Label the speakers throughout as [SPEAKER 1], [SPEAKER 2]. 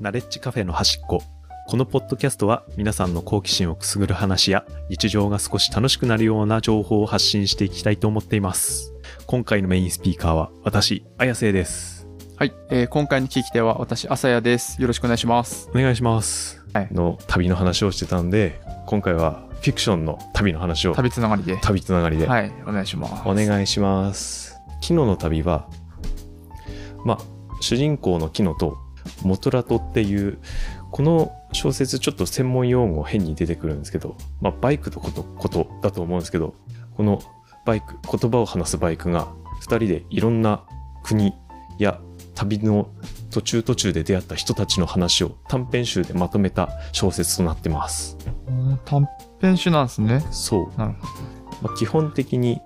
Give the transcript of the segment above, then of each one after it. [SPEAKER 1] ナレッジカフェの端っこ。このポッドキャストは皆さんの好奇心をくすぐる話や日常が少し楽しくなるような情報を発信していきたいと思っています。今回のメインスピーカーは私、綾瀬です。
[SPEAKER 2] はい、えー今回の聞き手は私、朝やです。よろしくお願いします。
[SPEAKER 1] お願いします。
[SPEAKER 3] の旅の話をしてたんで今回はフィクションの旅の話を
[SPEAKER 2] 旅つながりで。
[SPEAKER 3] 旅つながりで、
[SPEAKER 2] はい、お願いします。
[SPEAKER 3] お願いしますキノの旅はまあ主人公のキノと元ラトっていうこの小説ちょっと専門用語変に出てくるんですけど、まあ、バイクのことことだと思うんですけどこのバイク言葉を話すバイクが2人でいろんな国や旅の途中途中で出会った人たちの話を短編集でまとめた小説となってます。
[SPEAKER 2] うん短編集なんですね。
[SPEAKER 3] そう。
[SPEAKER 2] なる
[SPEAKER 3] まあ、基本的に、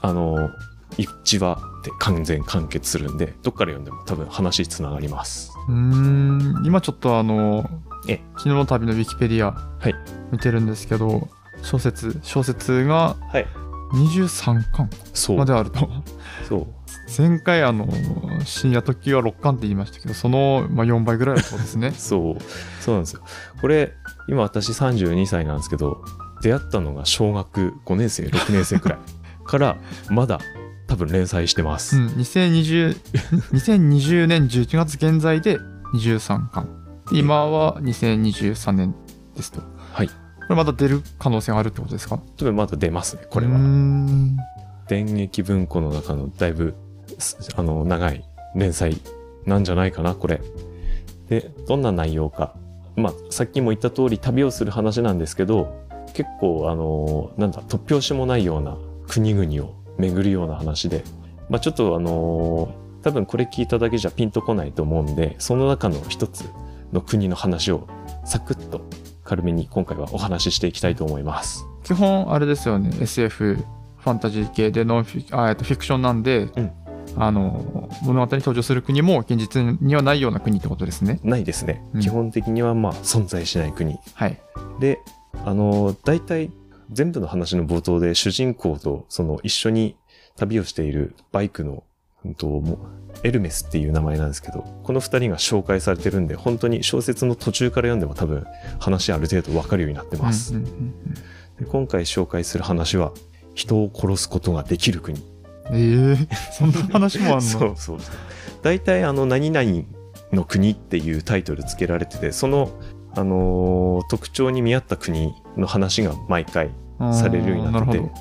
[SPEAKER 3] あの、一話で完全完結するんで、どっから読んでも多分話つながります。
[SPEAKER 2] うーん、今ちょっとあの、
[SPEAKER 3] え
[SPEAKER 2] 昨日の旅のウィキペディア、
[SPEAKER 3] い
[SPEAKER 2] 見てるんですけど、小説、小説が
[SPEAKER 3] はい。
[SPEAKER 2] 23巻
[SPEAKER 3] そ
[SPEAKER 2] ま
[SPEAKER 3] う
[SPEAKER 2] で。あると。
[SPEAKER 3] そう。。
[SPEAKER 2] 前回あの、深夜時は6巻って言いましたけど、その、まあ、4倍ぐらいあるそうですね
[SPEAKER 3] そう。そうなんですよ。これ、今私32歳なんですけど、出会ったのが小学5年生、6年生くらいから、まだ多分連載してま
[SPEAKER 2] う
[SPEAKER 3] す。
[SPEAKER 2] ん、2020, 2020年11月現在で23巻今は2023年ですと
[SPEAKER 3] はい
[SPEAKER 2] これまた出る可能性があるってことですか
[SPEAKER 3] 多分まだ出ますね、これ
[SPEAKER 2] うー
[SPEAKER 3] は。
[SPEAKER 2] ん
[SPEAKER 3] 電撃文庫の中のだいぶすあの長い連載なんじゃないかなこれでどんな内容かまあさっきも言った通り旅をする話なんですけど結構あのなんだ突拍子もないような国々を巡るような話でまあちょっとあの多分これ聞いただけじゃピンとこないと思うんでその中の一つの国の話をサクッと軽めに今回はお話ししていきたいと思います
[SPEAKER 2] 基本あれですよね SF ファンタジー系でノンフィあえっとフィクションなんで、
[SPEAKER 3] うん
[SPEAKER 2] あの物語に登場する国も現実にはないような国ってことですね
[SPEAKER 3] ないですね、
[SPEAKER 2] うん
[SPEAKER 3] 基本的にはまあ存在しない国
[SPEAKER 2] はい
[SPEAKER 3] であの大体全部の話の冒頭で主人公とその一緒に旅をしているバイクの、うんと、もうエルメスっていう名前なんですけどこの2人が紹介されてるんで本当に小説の途中から読んでも多分話ある程度分かるようになってます、
[SPEAKER 2] うんうんうん
[SPEAKER 3] で今回紹介する話は人を殺すことができる国
[SPEAKER 2] ええ そんな話もあん の
[SPEAKER 3] そうそう大体あの何々の国っていうタイトルつけられててその、あのー特徴に見合った国の話が毎回
[SPEAKER 2] あー
[SPEAKER 3] されるようになってて
[SPEAKER 2] るほど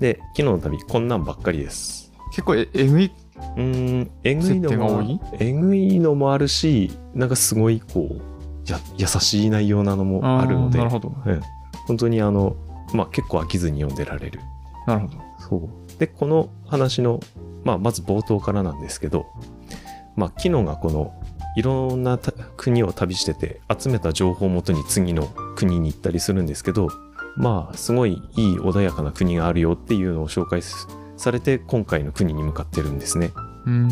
[SPEAKER 3] で昨日の旅こんなんばっかりです
[SPEAKER 2] 結構ええぐいう
[SPEAKER 3] ーんえぐいのも
[SPEAKER 2] 設定
[SPEAKER 3] えぐいのもあるしなんかすごいこうや優しい内容なのもあるの
[SPEAKER 2] ー
[SPEAKER 3] で
[SPEAKER 2] なるほど
[SPEAKER 3] うん、本当にあの、まあ、結構飽きずに読んでられる
[SPEAKER 2] なるほど
[SPEAKER 3] そうでこの話の、まあ、まず冒頭からなんですけど、まあ、キノがこのいろんなた国を旅してて集めた情報をもとに次の国に行ったりするんですけどまあすごいいい穏やかな国があるよっていうのを紹介すされて今回の国に向かってるんですね。
[SPEAKER 2] うーん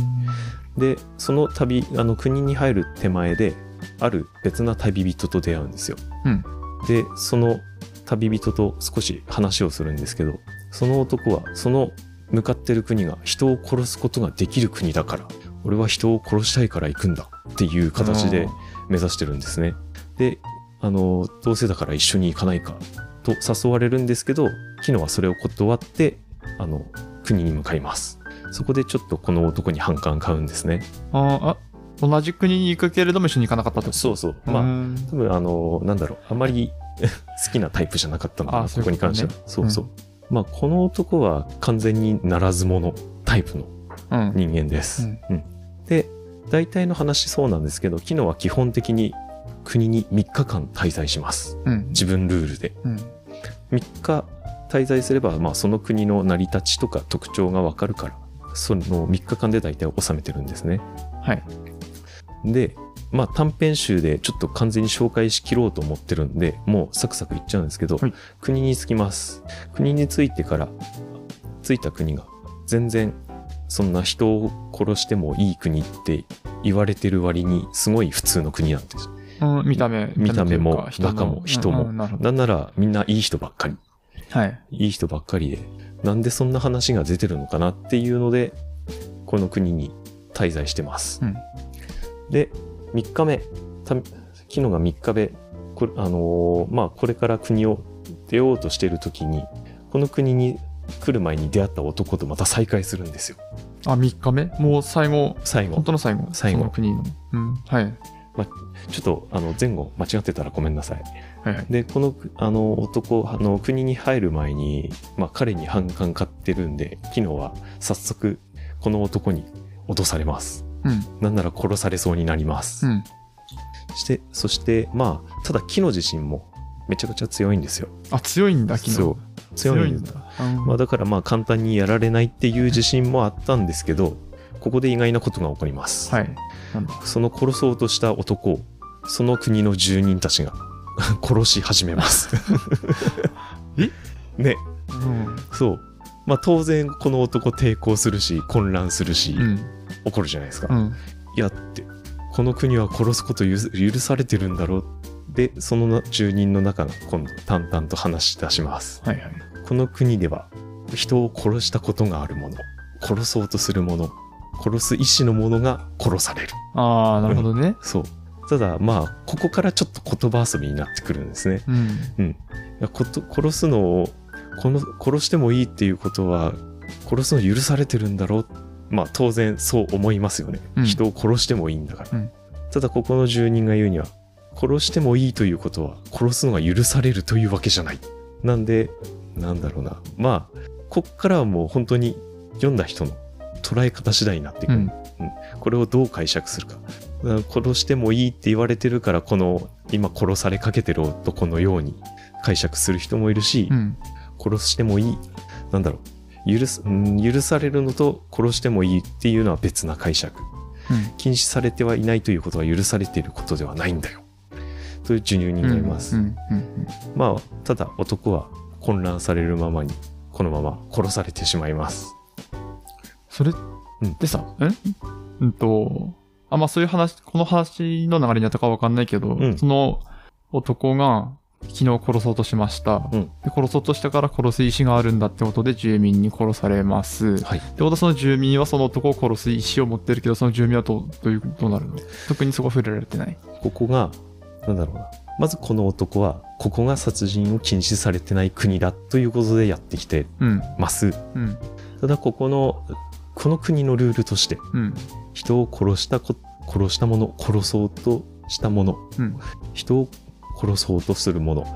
[SPEAKER 3] でその旅あの国に入る手前である別な旅人と出会うんですよ、
[SPEAKER 2] うん
[SPEAKER 3] でその旅人と少し話をするんですけどその男はその向かってる国が人を殺すことができる国だから俺は人を殺したいから行くんだっていう形で目指してるんですねであのどうせだから一緒に行かないかと誘われるんですけどキノはそれを断ってあの国に向かいますそこでちょっとこの男に反感買うんですね
[SPEAKER 2] あーあ同じ国に行くけれども一緒に行かなかったってこと
[SPEAKER 3] そうそう。
[SPEAKER 2] う
[SPEAKER 3] まあ、
[SPEAKER 2] ーん
[SPEAKER 3] 多分あの、なんだろう、あまり 好きなタイプじゃなかったのか
[SPEAKER 2] あ
[SPEAKER 3] な、
[SPEAKER 2] そうい
[SPEAKER 3] ここ
[SPEAKER 2] う
[SPEAKER 3] に関しては。そうそう。まあ、この男は完全にならず者タイプの
[SPEAKER 2] うん
[SPEAKER 3] 人間です。
[SPEAKER 2] うん
[SPEAKER 3] うんで、大体の話そうなんですけど、昨日は基本的に国に3日間滞在します。
[SPEAKER 2] うん
[SPEAKER 3] 自分ルールで。
[SPEAKER 2] うん
[SPEAKER 3] 3日滞在すれば、まあ、その国の成り立ちとか特徴がわかるから、その3日間で大体収めてるんですね。
[SPEAKER 2] はい
[SPEAKER 3] で、まあ、短編集でちょっと完全に紹介しきろうと思ってるんでもうサクサクいっちゃうんですけど、
[SPEAKER 2] はい
[SPEAKER 3] 国に着きます国に着いてから着いた国が全然そんな人を殺してもいい国って言われてる割にすごい普通の国なんです
[SPEAKER 2] うん見た目
[SPEAKER 3] 見た目も
[SPEAKER 2] というか人の
[SPEAKER 3] 中も人も
[SPEAKER 2] うんうんなるほど
[SPEAKER 3] なんならみんないい人ばっかり
[SPEAKER 2] はい
[SPEAKER 3] いい人ばっかりでなんでそんな話が出てるのかなっていうのでこの国に滞在してます
[SPEAKER 2] うん
[SPEAKER 3] で3日目、た昨日が3日目、これ,、あのーまあ、これから国を出ようとしている時に、この国に来る前に出会った男とまた再会するんですよ。
[SPEAKER 2] あ、3日目もう最後、
[SPEAKER 3] 最後
[SPEAKER 2] 本。当の最後。
[SPEAKER 3] 最後
[SPEAKER 2] その国の。うん。はい。はい
[SPEAKER 3] ちょっとあの前後間違ってたらごめんなさい。
[SPEAKER 2] はい。
[SPEAKER 3] で、このあの男、あの国に入る前に、まあ、彼に反感買ってるんで、昨日は早速この男に脅されます。
[SPEAKER 2] うん。
[SPEAKER 3] なんなら殺されそうになります。
[SPEAKER 2] うん。
[SPEAKER 3] して、そして、まあ、ただ木の自身もめちゃくちゃ強いんですよ。
[SPEAKER 2] あ、強いんだ、昨日。
[SPEAKER 3] そう強いんだ。
[SPEAKER 2] だ。うん
[SPEAKER 3] まあ、だからまあ簡単にやられないっていう自信もあったんですけど、ここで意外なことが起こります。
[SPEAKER 2] はい。なんだ
[SPEAKER 3] その殺そうとした男を、その国の住人たちが 殺し始めます。
[SPEAKER 2] え
[SPEAKER 3] ね、
[SPEAKER 2] うん。
[SPEAKER 3] そう。まあ当然この男抵抗するし、混乱するし、
[SPEAKER 2] うん。
[SPEAKER 3] 怒るじゃないですか。
[SPEAKER 2] うん。
[SPEAKER 3] いやって、この国は殺すこと許す許されてるんだろう。で、そのな住人の中が今度淡々と話し出します。
[SPEAKER 2] はいはい。
[SPEAKER 3] この国では人を殺したことがある者殺そうとする者殺す意志の者が殺される
[SPEAKER 2] ああ、なるほどね。
[SPEAKER 3] そうただまあここからちょっと言葉遊びになってくるんですね
[SPEAKER 2] うん。
[SPEAKER 3] いやこと殺すのをこの殺してもいいっていうことは殺すの許されてるんだろうまあ当然そう思いますよね、
[SPEAKER 2] うん
[SPEAKER 3] 人を殺してもいいんだから、
[SPEAKER 2] うん
[SPEAKER 3] ただここの住人が言うには殺してもいいということは殺すのが許されるというわけじゃないなんでなんだろうなまあこっからはもう本当に読んだ人の捉え方次第になってく
[SPEAKER 2] う
[SPEAKER 3] る、
[SPEAKER 2] ん。
[SPEAKER 3] これをどう解釈するかうん殺してもいいって言われてるからこの今殺されかけてる男のように解釈する人もいるし、
[SPEAKER 2] うん。
[SPEAKER 3] 殺してもいいなんだろう許すうん許されるのと殺してもいいっていうのは別な解釈
[SPEAKER 2] うん
[SPEAKER 3] 禁止されてはいないということは許されていることではないんだよという授乳になります、
[SPEAKER 2] うん。うん。
[SPEAKER 3] まあただ男は混乱されるままにこのまま殺されてしまいます
[SPEAKER 2] それ
[SPEAKER 3] ん
[SPEAKER 2] でさ、んうんと、あ、まあそういう話、この話の流れになったかわかんないけど、
[SPEAKER 3] うん
[SPEAKER 2] その男が昨日殺そうとしました、
[SPEAKER 3] うん
[SPEAKER 2] で。殺そうとしたから殺す意思があるんだってことで住民に殺されます。
[SPEAKER 3] はい
[SPEAKER 2] ってことはその住民はその男を殺す意思を持ってるけど、その住民はどうどういうどうなるの特にそこは触れられてない。
[SPEAKER 3] ここが、なんだろうな。まずこの男は、ここが殺人を禁止されてない国だということでやってきて
[SPEAKER 2] うん。
[SPEAKER 3] ます。
[SPEAKER 2] うん。
[SPEAKER 3] ただここの、この国のルールとして、
[SPEAKER 2] うん。
[SPEAKER 3] 人を殺したこ、殺した者、殺そうとした者、
[SPEAKER 2] うん。
[SPEAKER 3] 人を殺そうとする者、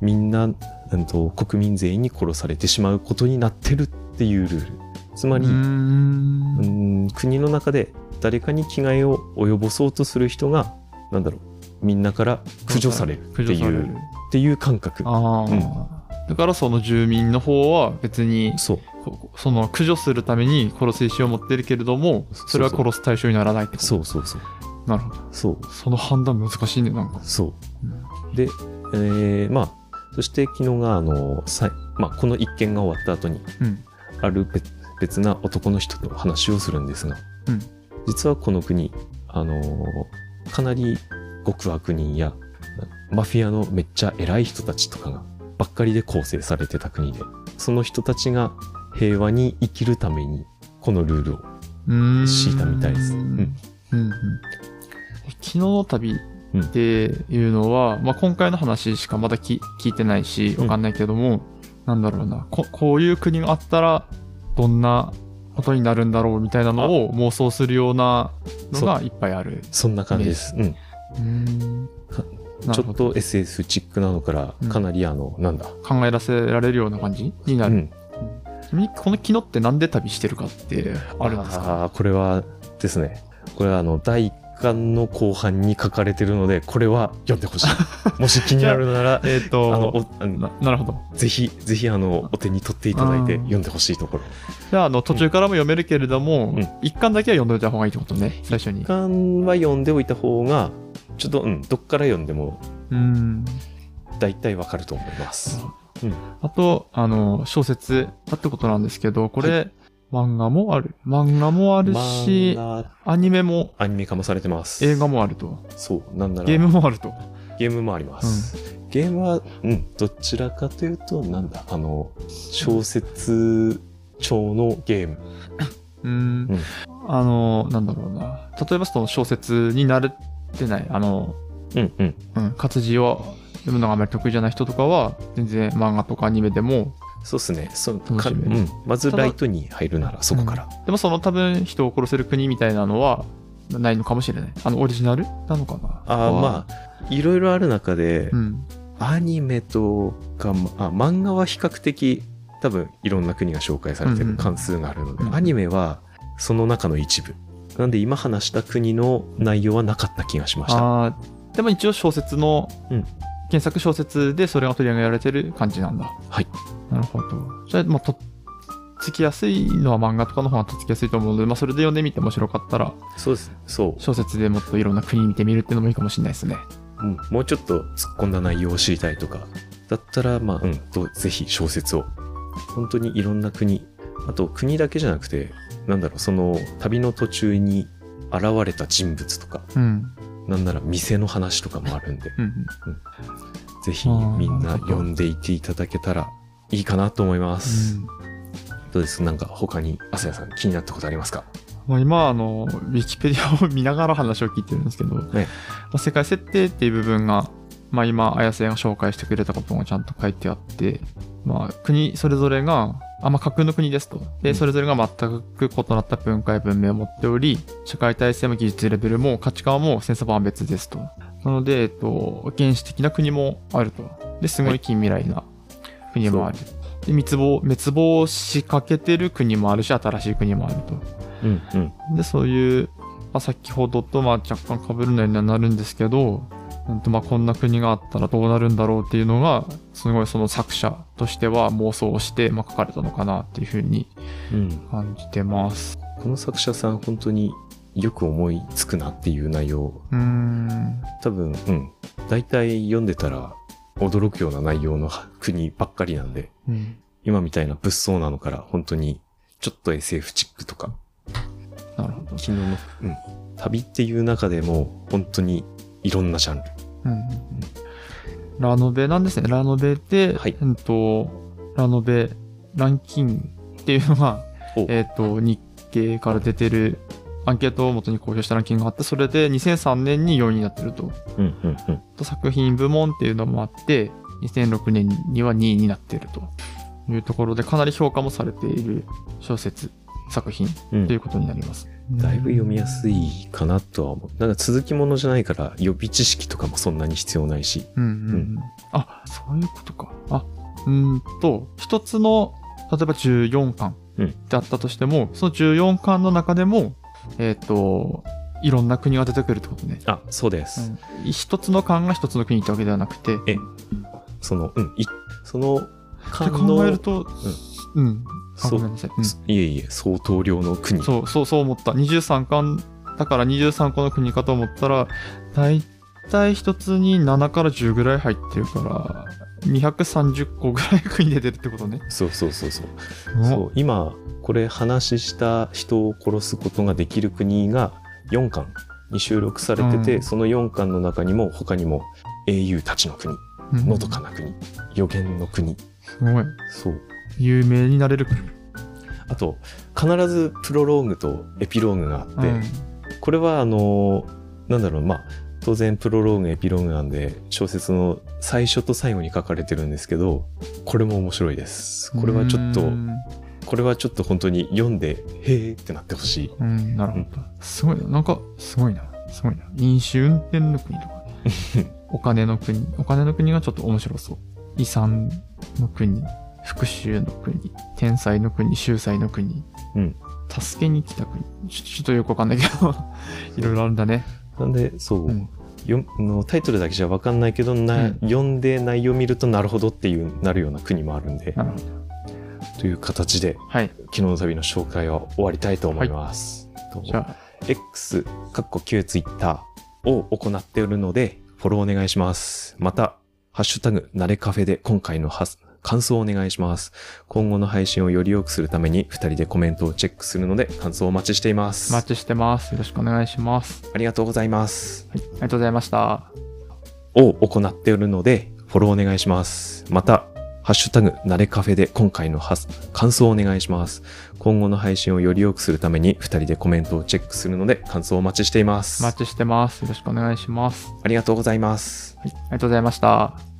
[SPEAKER 3] みんな、うんと、国民全員に殺されてしまうことになってるっていうルール。つま
[SPEAKER 2] う
[SPEAKER 3] り、
[SPEAKER 2] ーん。
[SPEAKER 3] うん国の中で誰かに危害を及ぼそうとする人が、なんだろう、みんなから駆除されるって
[SPEAKER 2] 駆除さ
[SPEAKER 3] い
[SPEAKER 2] れ
[SPEAKER 3] う
[SPEAKER 2] る。
[SPEAKER 3] っていう感覚
[SPEAKER 2] ああ、
[SPEAKER 3] うん
[SPEAKER 2] だからその住民の方は別に
[SPEAKER 3] そう
[SPEAKER 2] こその駆除するために殺す意思を持ってるけれども
[SPEAKER 3] そうそう
[SPEAKER 2] それは殺す対象にならないってこと
[SPEAKER 3] そうそうそう
[SPEAKER 2] なるほど
[SPEAKER 3] そう
[SPEAKER 2] その判断難しいねなんか
[SPEAKER 3] そうで、えーまあそして昨日があの、さいまあ、この一件が終わった後に
[SPEAKER 2] うん
[SPEAKER 3] ある別別な男の人と話をするんですが、
[SPEAKER 2] うん
[SPEAKER 3] 実はこの国あのかなり極悪人やマフィアのめっちゃ偉い人たちとかがばっかりで構成されてた国でその人たちが平和に生きるためにこのルールを
[SPEAKER 2] うーん
[SPEAKER 3] 敷いたみたいです。
[SPEAKER 2] う
[SPEAKER 3] うんん
[SPEAKER 2] うんうん昨日の旅っていうのは、まあ、今回の話しかまだき聞いてないし
[SPEAKER 3] うん
[SPEAKER 2] わかんないけども、なんだろうなここういう国があったらどんなことになるんだろうみたいなのを妄想するようなのがいっぱいある
[SPEAKER 3] そんな感じです。うん
[SPEAKER 2] うーん
[SPEAKER 3] か
[SPEAKER 2] な
[SPEAKER 3] ち
[SPEAKER 2] る
[SPEAKER 3] ょ
[SPEAKER 2] ほ
[SPEAKER 3] っ
[SPEAKER 2] ど
[SPEAKER 3] と SS チックなのから
[SPEAKER 2] うん
[SPEAKER 3] かなりあの、なんだ、
[SPEAKER 2] 考えらせられるような感じにな
[SPEAKER 3] う
[SPEAKER 2] る、
[SPEAKER 3] ん、
[SPEAKER 2] ちなみにこの昨日ってなんで旅してるかってあるんですか
[SPEAKER 3] あーこれはですねこれはあの第1巻の後半に書かれてるのでこれは読んでほし いもし気になるなら
[SPEAKER 2] えっ、
[SPEAKER 3] あの
[SPEAKER 2] と
[SPEAKER 3] おあの
[SPEAKER 2] ななるほど
[SPEAKER 3] ぜひぜひあのお手に取っていただいて
[SPEAKER 2] あー
[SPEAKER 3] 読んでほしいところ
[SPEAKER 2] じゃああの途中からも読めるけれども、
[SPEAKER 3] うん
[SPEAKER 2] 一巻だけは読んでおいた方がいいってことね最初に
[SPEAKER 3] 1巻は読んでおいた方がちょっとうんどっから読んでも
[SPEAKER 2] うん
[SPEAKER 3] 大体わかると思います
[SPEAKER 2] あとあの小説だってことなんですけどこれ、漫画もある漫画もある
[SPEAKER 3] 漫
[SPEAKER 2] し
[SPEAKER 3] 画
[SPEAKER 2] アニメも
[SPEAKER 3] アニメ化もされてます
[SPEAKER 2] 映画もあると
[SPEAKER 3] そうなんなら
[SPEAKER 2] ゲームもあると
[SPEAKER 3] ゲームもあります。ゲームは、うん、どちらかというと、なんだ、あの、小説調のゲーム。
[SPEAKER 2] う
[SPEAKER 3] う
[SPEAKER 2] ん
[SPEAKER 3] ん
[SPEAKER 2] あのなんだろうな例えばその小説に慣れってないあの、
[SPEAKER 3] うんうん。
[SPEAKER 2] うん、活字を読むのがあまり得意じゃない人とかは全然漫画とかアニメでも
[SPEAKER 3] そうですね。そう
[SPEAKER 2] 楽
[SPEAKER 3] か
[SPEAKER 2] し
[SPEAKER 3] う
[SPEAKER 2] める
[SPEAKER 3] ん、まず
[SPEAKER 2] ただ
[SPEAKER 3] ライトに入るならそこから。
[SPEAKER 2] でもその多分人を殺せる国みたいなのはないのかもしれないあのオリジナルなのかな
[SPEAKER 3] ああまあいろいろある中で、
[SPEAKER 2] うん
[SPEAKER 3] アニメとかまあ漫画は比較的多分いろんな国が紹介されて
[SPEAKER 2] うんう
[SPEAKER 3] る
[SPEAKER 2] ん
[SPEAKER 3] 関数があるので、
[SPEAKER 2] うん
[SPEAKER 3] アニメはその中の一部。なんで今話した国の内容はなかった気がしました。
[SPEAKER 2] あーでも一応小説の、
[SPEAKER 3] うん
[SPEAKER 2] 検索小説でそれが取り上げられてる感じなんだ
[SPEAKER 3] はい
[SPEAKER 2] なるほどそれまあとっつきやすいのは漫画とかの方がとっつきやすいと思うので、まあ、それで読んでみて面白かったら
[SPEAKER 3] そうです。そう。
[SPEAKER 2] 小説でもっといろんな国見てみるってのもいいかもしれないですね
[SPEAKER 3] うんもうちょっと突っ込んだ内容を知りたいとか、だったら、まあ、うん、とぜひ小説を。本当にいろんな国。あと、国だけじゃなくて、なんだろう、その旅の途中に現れた人物とか、
[SPEAKER 2] うん
[SPEAKER 3] なんなら店の話とかもあるん で、
[SPEAKER 2] うんうん
[SPEAKER 3] ぜひみんな読んでいっていただけたらいいかなと思います。どうですなんか他に、あさやさん気になったことありますか
[SPEAKER 2] まあ、今あのウィキペディアを見ながら話を聞いてるんですけど、
[SPEAKER 3] え
[SPEAKER 2] まあ、世界設定っていう部分が、まあ、今綾瀬が紹介してくれたことがちゃんと書いてあって、まあ、国それぞれがあまあ、架空の国ですと
[SPEAKER 3] う
[SPEAKER 2] で
[SPEAKER 3] ん
[SPEAKER 2] それぞれが全く異なった文化や文明を持っており社会体制も技術レベルも価値観も千差万別ですとなので、えっと、原始的な国もあるとですごい近未来な国もある、で滅亡滅亡しかけてる国もあるし新しい国もあると
[SPEAKER 3] うん、うん。
[SPEAKER 2] でそういう、まあ、先ほどとまあ若干被るのにはなるんですけど、うんとまあ、こんな国があったらどうなるんだろうっていうのがすごいその作者としては妄想をして、まあ、書かれたのかなっていうふうに
[SPEAKER 3] うん
[SPEAKER 2] 感じてます
[SPEAKER 3] この作者さん本当によく思いつくなっていう内容
[SPEAKER 2] うーん
[SPEAKER 3] 多分、うん。大体読んでたら驚くような内容の 国ばっかりなんで、
[SPEAKER 2] うん
[SPEAKER 3] 今みたいな物騒なのから本当にちょっと SF チックとか、
[SPEAKER 2] なるほど、
[SPEAKER 3] 昨日の、うん。旅っていう中でも本当にいろんなジャンル。
[SPEAKER 2] うんうんうん、ラノベなんですねラノベで、
[SPEAKER 3] はい
[SPEAKER 2] うんとラノベランキングっていうのが
[SPEAKER 3] お
[SPEAKER 2] えっ、と、日経から出てるアンケートを元に公表したランキングがあって、それで2003年に4位になってると。
[SPEAKER 3] うんうんうん。
[SPEAKER 2] と作品部門っていうのもあって、2006年には2位になってるというところで、かなり評価もされている小説、作品
[SPEAKER 3] うん
[SPEAKER 2] ということになります。
[SPEAKER 3] だいぶ読みやすいかなとは思う。なんか続きものじゃないから予備知識とかもそんなに必要ないし。
[SPEAKER 2] うんうんう。
[SPEAKER 3] うん
[SPEAKER 2] あ、そういうことか。あ、うーんと、一つの、例えば14巻
[SPEAKER 3] うん
[SPEAKER 2] だったとしても、その14巻の中でも、えっ、と、いろんな国が出てくるってことね。
[SPEAKER 3] あ、そうです。
[SPEAKER 2] うん一つの勘が一つの国ってわけではなくて、
[SPEAKER 3] えその、うん。いその、
[SPEAKER 2] って考えると、うん、あ
[SPEAKER 3] そ
[SPEAKER 2] ご
[SPEAKER 3] う
[SPEAKER 2] めんなさい、うん
[SPEAKER 3] いえいえ、相当量の国。
[SPEAKER 2] そう、そう、そう思った。23巻だから23個の国かと思ったら、だいたい一つに7から10ぐらい入ってるから、230個ぐらい国で出るってことね。
[SPEAKER 3] そうそうそうそう。そう今、これ話した人を殺すことができる国が4巻に収録されてて、
[SPEAKER 2] うん
[SPEAKER 3] その4巻の中にも他にも英雄たちの国、
[SPEAKER 2] うん
[SPEAKER 3] のどかな国、予言の国。
[SPEAKER 2] すごい。
[SPEAKER 3] そう。
[SPEAKER 2] 有名になれる国。
[SPEAKER 3] あと、必ずプロローグとエピローグがあって、
[SPEAKER 2] うん
[SPEAKER 3] これはあのーなんだろうまあ当然プロローグエピローグなんで小説の最初と最後に書かれてるんですけどこれも面白いですこれはちょっ
[SPEAKER 2] う
[SPEAKER 3] と
[SPEAKER 2] ん
[SPEAKER 3] これはちょっと本当に読んでへーってなってほしい
[SPEAKER 2] うん、なるほど。すごいな。なんか、すごいな。すごいな。飲酒運転の 国とかね。お金の国。お金の国がちょっと面白そう。遺産の国。復讐の国。天才の国。秀才の国。
[SPEAKER 3] うん。
[SPEAKER 2] 助けに来た国。ちょちょっとよくわかんないけど。 いろいろあるんだね。
[SPEAKER 3] なんでそう、
[SPEAKER 2] うん
[SPEAKER 3] よあのタイトルだけじゃ分かんないけどな、
[SPEAKER 2] うん
[SPEAKER 3] 読んで内容見るとなるほどっていうなるような国もあるんで
[SPEAKER 2] なるほど。
[SPEAKER 3] という形で
[SPEAKER 2] はい。
[SPEAKER 3] 昨日の旅の紹介は終わりたいと思います、どうも
[SPEAKER 2] じゃ
[SPEAKER 3] X、かっこ Q ツイッターを行っているので、フォローお願いします。また、ハッシュタグ、なれカフェで今回のはす感想をお願いします。今後の配信をより良くするために、二人でコメントをチェックするので、感想をお待ちしていま
[SPEAKER 2] あ、
[SPEAKER 3] す。
[SPEAKER 2] マッチしてます。よろしくお願いします。
[SPEAKER 3] ありがとうございます。
[SPEAKER 2] はい。ありがとうございました。
[SPEAKER 3] を行っているので、フォローお願いします。また、ハッシュタグ、なれカフェで今回のはす感想をお願いします。今後の配信をより良くするために、二人でコメントをチェックするので、感想をお待ちしています。
[SPEAKER 2] お待ちしてます。よろしくお願いします。
[SPEAKER 3] ありがとうございます。
[SPEAKER 2] はい、ありがとうございました。